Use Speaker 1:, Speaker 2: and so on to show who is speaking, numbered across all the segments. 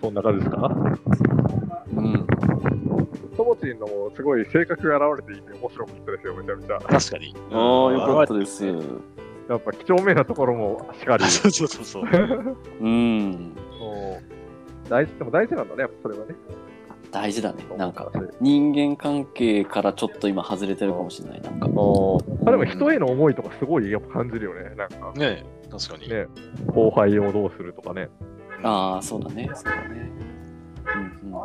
Speaker 1: そんな感じですか
Speaker 2: うん、
Speaker 1: ともちんのもすごい性格が現れていて面白かったですよ、めちゃめちゃ。
Speaker 3: 確かに。
Speaker 2: ああ、よか
Speaker 3: っ。
Speaker 2: ったです。
Speaker 1: やっぱ几帳面なところもしかり
Speaker 3: そうそうそうそう。
Speaker 1: う
Speaker 2: うん。
Speaker 1: ん大事でも大事なんだね、やっぱそれはね。
Speaker 2: 大事だね。なんか、人間関係からちょっと今外れてるかもしれない。なんか。
Speaker 1: あでも人への思いとかすごいやっぱ感じるよね。なんか、
Speaker 3: ねえ、確かに。
Speaker 1: ね後輩をどうするとかね。
Speaker 2: ああ、そうだね。そうだね。うんうんうんうん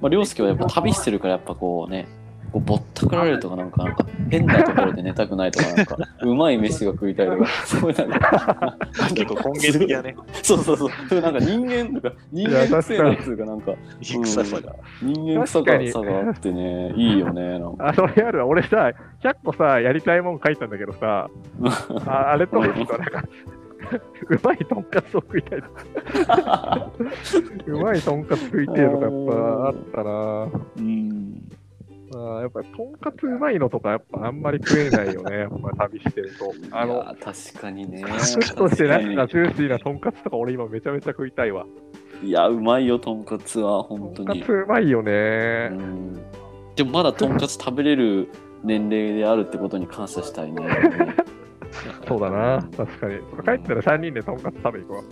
Speaker 2: まあ、凌介はやっぱ旅してるからやっぱこうねこうぼったくられるとかなんかなんか変なところで寝たくないとかなんかうまい飯が食いたい とかそういうなんか
Speaker 3: 結構根源的なね、
Speaker 2: そうそうそうそういうなんか人間とか人間性なんつうかなんか
Speaker 3: 肉臭さが。
Speaker 2: 人間臭
Speaker 1: 確か
Speaker 2: が
Speaker 1: に
Speaker 2: さがあってねいいよねなんか
Speaker 1: あ、それあるわ。俺さ、100個さ、やりたいもん書いたんだけどさ、ああれと、なんか、 うまいとんかつを食い たいとか、うまいとんかつ食いてえとか、やっぱあったな。
Speaker 2: うん
Speaker 1: あーやっぱとんかつうまいのとか、やっぱあんまり食えないよね、やっぱ旅してると。あ
Speaker 2: い
Speaker 1: の、
Speaker 2: や確かに ね
Speaker 3: 確
Speaker 1: ちょっとして
Speaker 2: な
Speaker 1: なんかジューシーなとんかつとか俺今めちゃめちゃ食いたいわ。
Speaker 2: いやうまいよとんかつ
Speaker 1: と
Speaker 2: は本当
Speaker 1: んか
Speaker 2: に
Speaker 1: つうまいよ
Speaker 2: う
Speaker 1: ね。
Speaker 2: んでもまだとんかつ食べれる年齢であるってことに感謝した いね。
Speaker 1: そうだな、確かに。帰ったら3人でとんかつ食べ行こう。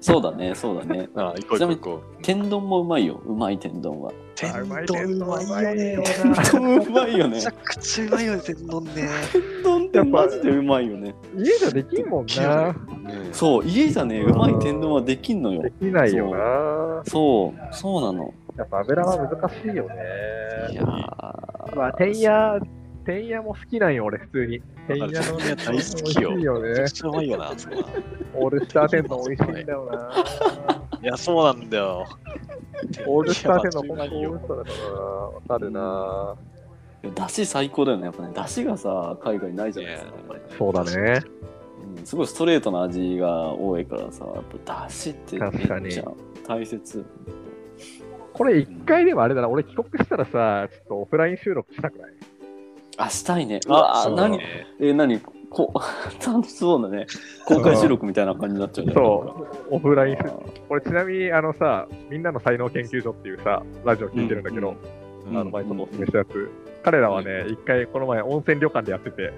Speaker 2: そうだね、そうだね。
Speaker 3: ああ、行こう行こう行こう。
Speaker 2: 天丼もうまいよ。うまい天丼は。
Speaker 3: 天
Speaker 1: あうまい
Speaker 3: 丼うまいよね。
Speaker 2: 天丼うまいよね
Speaker 3: めち。ゃくちゃうまいよね、天丼ね。
Speaker 2: 天丼ってマジでうまいよね。
Speaker 1: 家じゃできん もんな。
Speaker 3: ね
Speaker 2: そう、家じゃね、うまい天丼はできんのよ
Speaker 1: で。きないよな。
Speaker 2: そう、そうなの。
Speaker 1: やっぱ油は難しいよね。
Speaker 2: いや
Speaker 1: まあ、てんや、てんやも好きなんよ、俺、普通に。てんやの
Speaker 3: てんや大好きよ
Speaker 1: 美味しいよ
Speaker 3: めち
Speaker 1: ね
Speaker 3: ゃく。ちゃうまいよな、あそこは
Speaker 1: オールスター天丼美味しいんだよな。
Speaker 3: いや、そうなんだよ。
Speaker 1: オールスター天
Speaker 3: い
Speaker 1: 丼
Speaker 3: や
Speaker 1: 本当にオールスターだからな。わかるな。
Speaker 2: ー、だし最高だよね。やっぱね、だしがさ、海外ないじゃないですか。やっぱり
Speaker 1: そうだね。
Speaker 2: うんすごいストレートな味が多いからさ、やっぱだしってめっちゃ大切。
Speaker 1: これ一回でもあれだな、俺帰国したらさ、ちょっとオフライン収録したくない
Speaker 2: あ、したいね。う
Speaker 3: あ、
Speaker 2: わ
Speaker 3: そ
Speaker 2: ー、
Speaker 3: うだ
Speaker 2: 何
Speaker 3: ね。
Speaker 2: えー、何こ 楽しそうだね。公開収録みたいな感じになっちゃうね。
Speaker 1: そう、オフライン収
Speaker 2: あ
Speaker 1: 録。俺ちなみにあのさ、みんなの才能研究所っていうさ、ラジオ聞いてるんだけど、
Speaker 2: うん
Speaker 1: あの前ちょっとおすすめしたやつ。彼らはね、一回この前温泉旅館でやってて、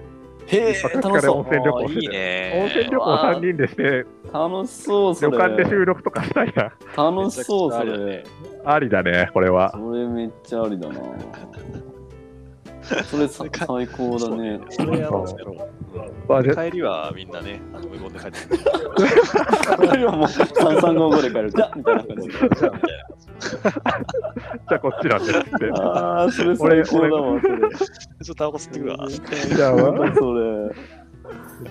Speaker 2: ーへ
Speaker 1: 一泊
Speaker 2: え、
Speaker 1: 二
Speaker 2: 楽
Speaker 1: 日
Speaker 2: し
Speaker 1: で温
Speaker 2: そ
Speaker 1: 泉旅行して
Speaker 3: いい
Speaker 1: て。
Speaker 3: ね。
Speaker 1: 温泉旅行3人でして、
Speaker 2: う。楽しそう、そ
Speaker 1: 旅
Speaker 2: れ。
Speaker 1: 館で収録とかしたいな。
Speaker 2: 楽しそう、そ
Speaker 3: め
Speaker 2: れ。
Speaker 1: ありだね、これは。
Speaker 2: それめっちゃありだな。それさ最高だね。
Speaker 3: それやろうそれやろ
Speaker 1: まあ、
Speaker 3: う
Speaker 1: じゃ
Speaker 3: 帰りはみんなね、あの無言で帰ってくる。
Speaker 2: これはもう、三三五五で帰る。じゃみたいな感 じ。
Speaker 3: じゃあみたいな
Speaker 1: じゃあこっちなんでって。
Speaker 2: ああ、それ最高だわ、それ。
Speaker 3: ちょっとタバコ吸ってくる わ。
Speaker 1: じゃあ、めっ
Speaker 2: それ。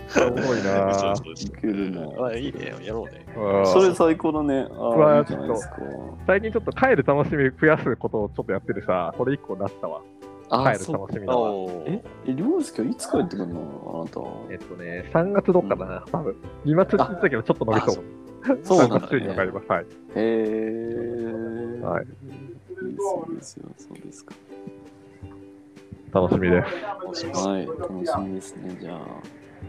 Speaker 1: ちゃおもろいな。
Speaker 3: そうそう
Speaker 2: いけるな
Speaker 3: そうあいいね、やろうね。
Speaker 1: うん
Speaker 2: それ最高だね。ああ、いいじゃないですか。
Speaker 1: 最近ちょっと帰る楽しみ増やすことをちょっとやってるさ、これ一個なったわ。
Speaker 2: ああ、
Speaker 1: 帰る
Speaker 2: そう。
Speaker 1: 楽しみだわ。
Speaker 3: お
Speaker 2: え
Speaker 3: ー、
Speaker 2: え、りょうすけはいつ帰ってくるのあなた。
Speaker 1: えっとね、3月どっかだな、多分。2月って言ってたけど、ちょっと伸びそう。
Speaker 2: そうなん
Speaker 1: 3
Speaker 2: だ、
Speaker 1: 月中にわかります。はい。
Speaker 2: へえ。
Speaker 1: はい。
Speaker 2: そうですよ、そうですか。
Speaker 1: 楽しみです。
Speaker 2: はい、楽しみですね、じゃ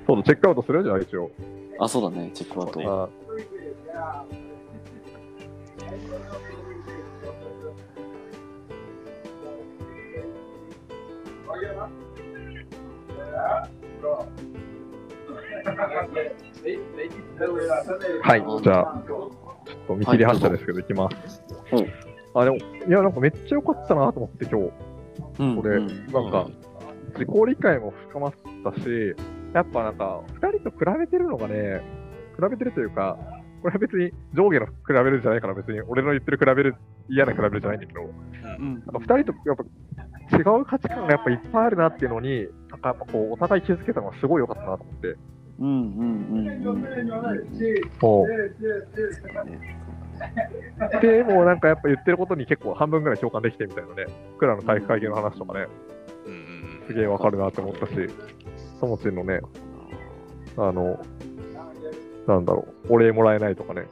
Speaker 1: そうだ、チェックアウトするじゃあ、一応。
Speaker 2: あ。あ、そうだね、チェックアウト。
Speaker 1: あはい、じゃあ、ちょっと見切り発車ですけど、行きます。
Speaker 2: うん
Speaker 1: あ、でも、いや、なんかめっちゃ良かったなと思って、今日。
Speaker 2: うん、
Speaker 1: これ、
Speaker 2: うん
Speaker 1: なんか、自己理解も深まったし、やっぱなんか、2人と比べてるのがね、比べてるというか、これは別に上下の比べるじゃないから、別に俺の言ってる比べる、嫌な比べるじゃないんだけど、
Speaker 2: うん
Speaker 1: なんか2人とやっぱ違う価値観がやっぱいっぱいあるなっていうのに、なんかやっぱこう、お互い気づけたのがすごい良かったなと思って。
Speaker 2: うん、うん、うん、うん
Speaker 1: でもうなんかやっぱ言ってることに結構半分ぐらい共感できてみたいなね、僕らの体育会系の話とかね、
Speaker 3: うんうん
Speaker 1: すげえわかるなって思ったし、ともちんのね、あの、なんだろう、お礼もらえないとかね、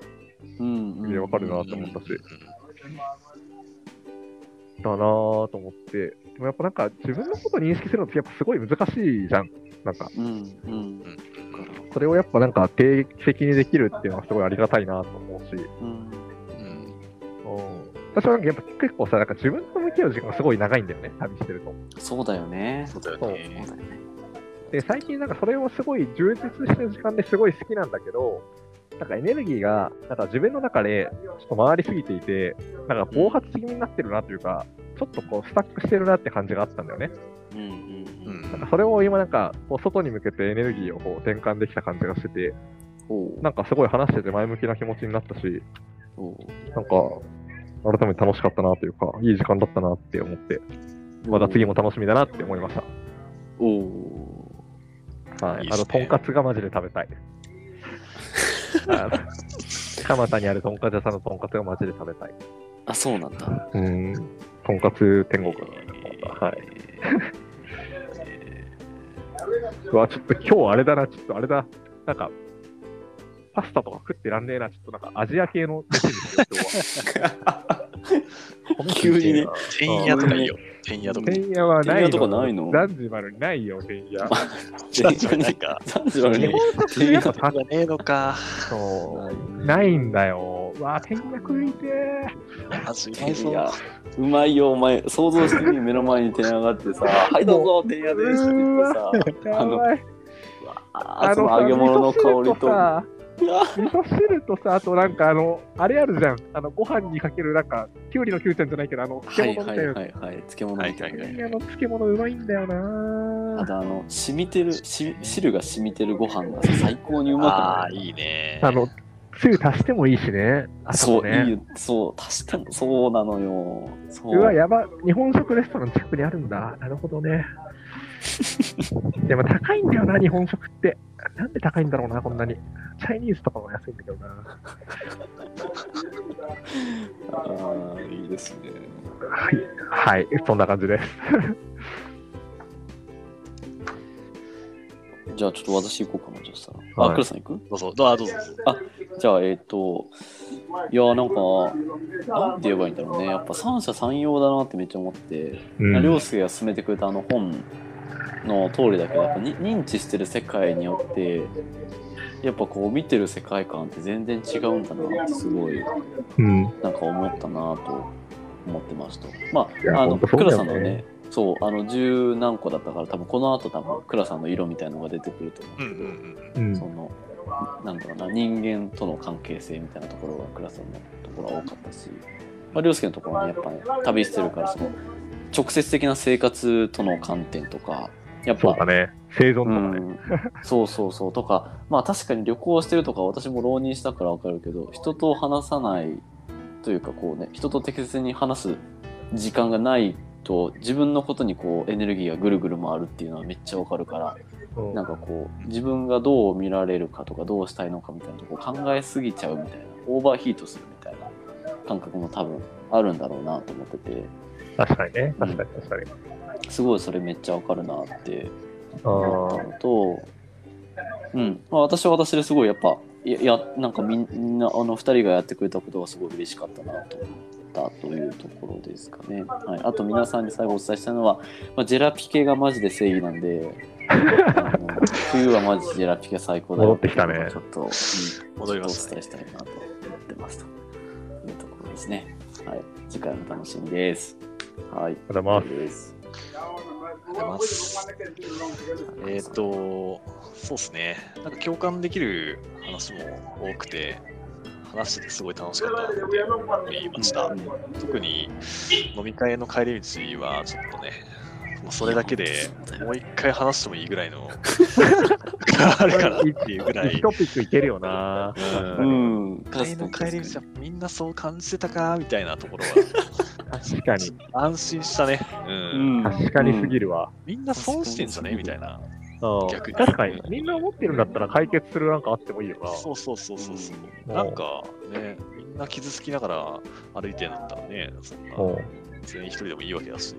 Speaker 2: うん、うん。
Speaker 1: すげえわかる
Speaker 3: うん。
Speaker 1: なって思ったし、だなぁと思って、でもやっぱなんか自分のこと認識するのってやっぱすごい難しいじゃん。なんか、
Speaker 2: うんうん
Speaker 1: それをやっぱなんか定期的にできるっていうのはすごいありがたいなと思うし、
Speaker 2: うん
Speaker 3: うん
Speaker 1: 私はなんかやっぱ結構さ、なんか自分と向き合う時間がすごい長いんだよね、旅してると。
Speaker 2: そうだよね
Speaker 3: そうだよね。
Speaker 1: で、最近なんかそれをすごい充実してる時間ですごい好きなんだけど、なんかエネルギーが、なんか自分の中でちょっと回りすぎていて、なんか暴発気味になってるなというか、ちょっとこうスタックしてるなって感じがあったんだよね。
Speaker 2: うんうんう
Speaker 3: う
Speaker 2: ん
Speaker 3: ん
Speaker 1: なんかそれを今なんか、こう外に向けてエネルギーをこう転換できた感じがしてて、
Speaker 2: ほう
Speaker 1: なんかすごい話してて前向きな気持ちになったし、
Speaker 2: ほ
Speaker 1: なんか、改めて楽しかったなというか、いい時間だったなって思って、
Speaker 2: う
Speaker 1: また次も楽しみだなって思いまし
Speaker 2: おお
Speaker 1: た。はい
Speaker 3: い
Speaker 1: い。
Speaker 3: いっ
Speaker 1: あ
Speaker 3: すね
Speaker 1: の、とんかつがマジで食べ たい。あの蒲田にあるとんかつ屋さんのとんかつがマジで食べたい。
Speaker 2: あそうなん だ
Speaker 1: うん。とんかつ天国。はい。うわ、ちょっと今日あれだな、ちょっとあれだ。なんか、パスタとか食ってらんねえな、ちょっとなんかアジア系の飯ですよ、今日は。
Speaker 2: 急にね。
Speaker 3: てんやとかいいよ。てんやとか。
Speaker 1: てんやはない
Speaker 2: てんやとかないの
Speaker 1: ダンジバルにないよ、てんや。
Speaker 3: なんかなんか、
Speaker 2: 何時割
Speaker 1: 日
Speaker 2: り
Speaker 1: 本
Speaker 2: に
Speaker 1: 食やっぱ
Speaker 3: てんやねえのか。
Speaker 1: そうないんだよ。うわ、てんや食いて
Speaker 3: あ、すげえ
Speaker 2: い
Speaker 3: そう。
Speaker 2: やうまいよお前想像してみ目の前に手上がってさ「はいどうぞ手上です」って言ってさ
Speaker 1: ー。やばい。
Speaker 2: あーその揚げ物の香りと
Speaker 1: さ味噌汁とさ、あとなんかあの、あれあるじゃん。あの、ご飯にかけるなんか、きゅうりのきゅうちゃんじゃないけど、あの、漬
Speaker 2: はい
Speaker 1: 物みた
Speaker 2: はいい
Speaker 1: な。
Speaker 2: はいはい漬物みたい
Speaker 3: は
Speaker 2: な
Speaker 1: て
Speaker 2: い
Speaker 3: はいは
Speaker 1: ん
Speaker 3: い
Speaker 1: やの漬物うまいんだよな
Speaker 2: あとあの染みてるし汁が染みてるご飯が最高にう
Speaker 3: あ
Speaker 2: ま
Speaker 3: あ、いいね。
Speaker 1: あの、つゆ足してもいいしね。
Speaker 2: くな
Speaker 1: あ
Speaker 2: るそう
Speaker 1: ね。
Speaker 2: いいよそう足してもそうなのよそう
Speaker 1: うわ、やば。日本食レストラン近くにあるんだ。なるほどね。でも高いんだよな、日本食って。なんで高いんだろうな、こんなに。チャイニーズとかも安いんだけどな。
Speaker 2: ああいいですね
Speaker 1: はい。はい。そんな感じです。
Speaker 2: じゃあちょっと私行こうかなじゃあしたらあ、
Speaker 1: はい
Speaker 2: クラさん行く
Speaker 3: どうぞ、どうぞどうぞ。
Speaker 2: じゃあえっ、といやーなんかなんて言えばいいんだろうねやっぱ三者三様だなってめっちゃ思って
Speaker 1: うん。
Speaker 2: 涼介が勧めてくれたあの本の通りだけどやっぱに認知してる世界によってやっぱこう見てる世界観って全然違うんだなってすごい
Speaker 1: うん、
Speaker 2: なんか思ったなと思ってましたま
Speaker 1: いや
Speaker 2: ああの
Speaker 1: ほんとそう
Speaker 2: ク
Speaker 1: だよね
Speaker 2: ラさんのねそうあの十何個だったから多分この後多分クラさんの色みたいのが出てくると思う
Speaker 3: うん
Speaker 2: け
Speaker 3: う
Speaker 2: ど、
Speaker 3: んうん。
Speaker 1: うん
Speaker 2: そのなんだろうな人間との関係性みたいなところがクラスのところは多かったし、まあ、凌介のところはねやっぱね旅してるからその直接的な生活との観点とかやっ
Speaker 1: そう
Speaker 2: ぱ
Speaker 1: だね。生存と
Speaker 2: う
Speaker 1: かね。
Speaker 2: ん、そうそうそうとかまあ確かに旅行してるとか私も浪人したから分かるけど人と話さないというかこうね人と適切に話す時間がないと自分のことにこうエネルギーがぐるぐる回るっていうのはめっちゃ分かるから
Speaker 1: うん
Speaker 2: なんかこう自分がどう見られるかとかどうしたいのかみたいなとこ考えすぎちゃうみたいなオーバーヒートするみたいな感覚も多分あるんだろうなと思ってて
Speaker 1: 確かにね。確かに確かに。
Speaker 2: すごいそれめっちゃわかるなって思っ
Speaker 1: あ
Speaker 2: たのと、うんまあ、私は私ですごいやっぱいやいやなんかみんなあの2人がやってくれたことがすごい嬉しかったなと思ったというところですかね、はい、あと皆さんに最後お伝えしたいのは、まあ、ジェラピケがマジで正義なんであの冬はマジジェラピケ最高だよ
Speaker 1: 戻ってきたね
Speaker 2: ちょっと、うん、
Speaker 3: 戻りました
Speaker 2: お伝えしたいなと思ってますというところですね、はい、次回も楽しみですはい
Speaker 1: りがとうございます
Speaker 2: です
Speaker 3: えっ、と、そうですね。なんか共感できる話も多くて、話しててすごい楽しかったなって思いました。特に飲み会の帰り道はちょっとね、もうそれだけでもう一回話してもいいぐらいのあるかなっていうぐら
Speaker 1: あ。
Speaker 3: い
Speaker 1: 一。ピックいけるよな。
Speaker 3: う
Speaker 2: うんん、
Speaker 3: 帰り
Speaker 2: 確か
Speaker 3: の
Speaker 2: に
Speaker 3: 帰り
Speaker 2: 確
Speaker 3: 道
Speaker 2: か
Speaker 3: はみんなそう感じてたかみたいなところ
Speaker 1: 確かに。
Speaker 3: は安心したね。う
Speaker 2: に
Speaker 3: ん、
Speaker 2: うん
Speaker 1: 確かにすぎるわ。
Speaker 3: みんな損してんじゃねみたいな。
Speaker 1: うん
Speaker 3: 逆に
Speaker 1: 確かに。みんな思ってるんだったら解決するなんかあってもいいよな。
Speaker 3: そうそうそうそうそう、
Speaker 1: うん
Speaker 3: なんかね、みんな傷つきながら歩いてるんだったらね、そんな
Speaker 1: うん
Speaker 3: 全員一人でもいいわけだし、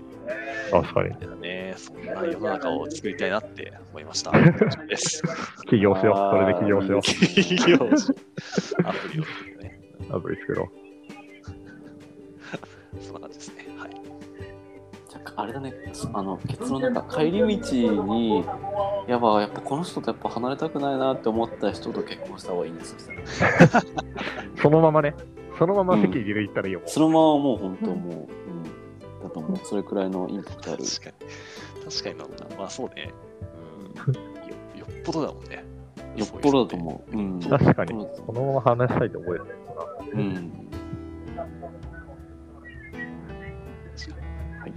Speaker 1: 確かに。
Speaker 3: だね、そんな世の中を作りたいなって思いました。 です。
Speaker 1: 起業しよう。それで起業しよう。
Speaker 3: 企業アプリを作るね。
Speaker 1: アプリ作ろう。
Speaker 3: そんな感じですね。はい。
Speaker 2: あれだね、あの結論なんか帰り道に、やばやっぱこの人とやっぱ離れたくないなって思った人と結婚した方がいいね、そしたら。
Speaker 1: そのままね、そのまま席入れ行ったらいいよ、もう
Speaker 2: そのままもう本当もう、うん、だと思う。それくらいのインパクトある。
Speaker 3: 確かに。確かになんだ。まあそうね。 うん、よよっぽどだもんね。
Speaker 2: よっぽどだと思う。うん。
Speaker 1: 確かにこのまま話したいと思える
Speaker 2: うん。はい。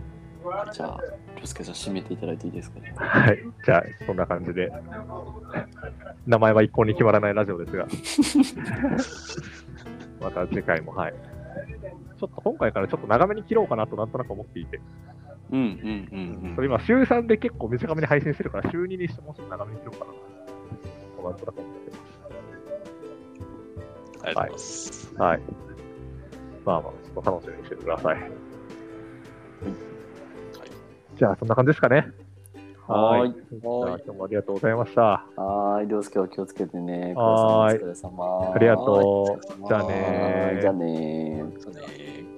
Speaker 2: じゃあ、りょうすけさん、締めていただいていいですかね。
Speaker 1: はい。じゃあ、そんな感じで。名前は一向に決まらないラジオですが。 また次回も、はい。ちょっと今回からちょっと長めに切ろうかなとなんとなく思っていて、
Speaker 2: うんうんうん
Speaker 1: それ今週3で結構短めに配信してるから、週2にしてもうちょっと長めに切ろうかなとなんとなく思ってま
Speaker 3: ありがとうございます。
Speaker 1: す。はい。まあまあ、ちょっと楽しみにしててください。
Speaker 3: はい
Speaker 1: じゃあ、そんな感じですかね。
Speaker 2: うん。はーい。
Speaker 1: じゃあ今日もありがとうございました。
Speaker 2: はーい。りょうすけは気をつけてね。
Speaker 1: はーい
Speaker 2: お疲れ様。
Speaker 1: ありがとう
Speaker 3: お疲れ様
Speaker 1: じゃあね
Speaker 2: はーいじゃあねー。
Speaker 3: そうね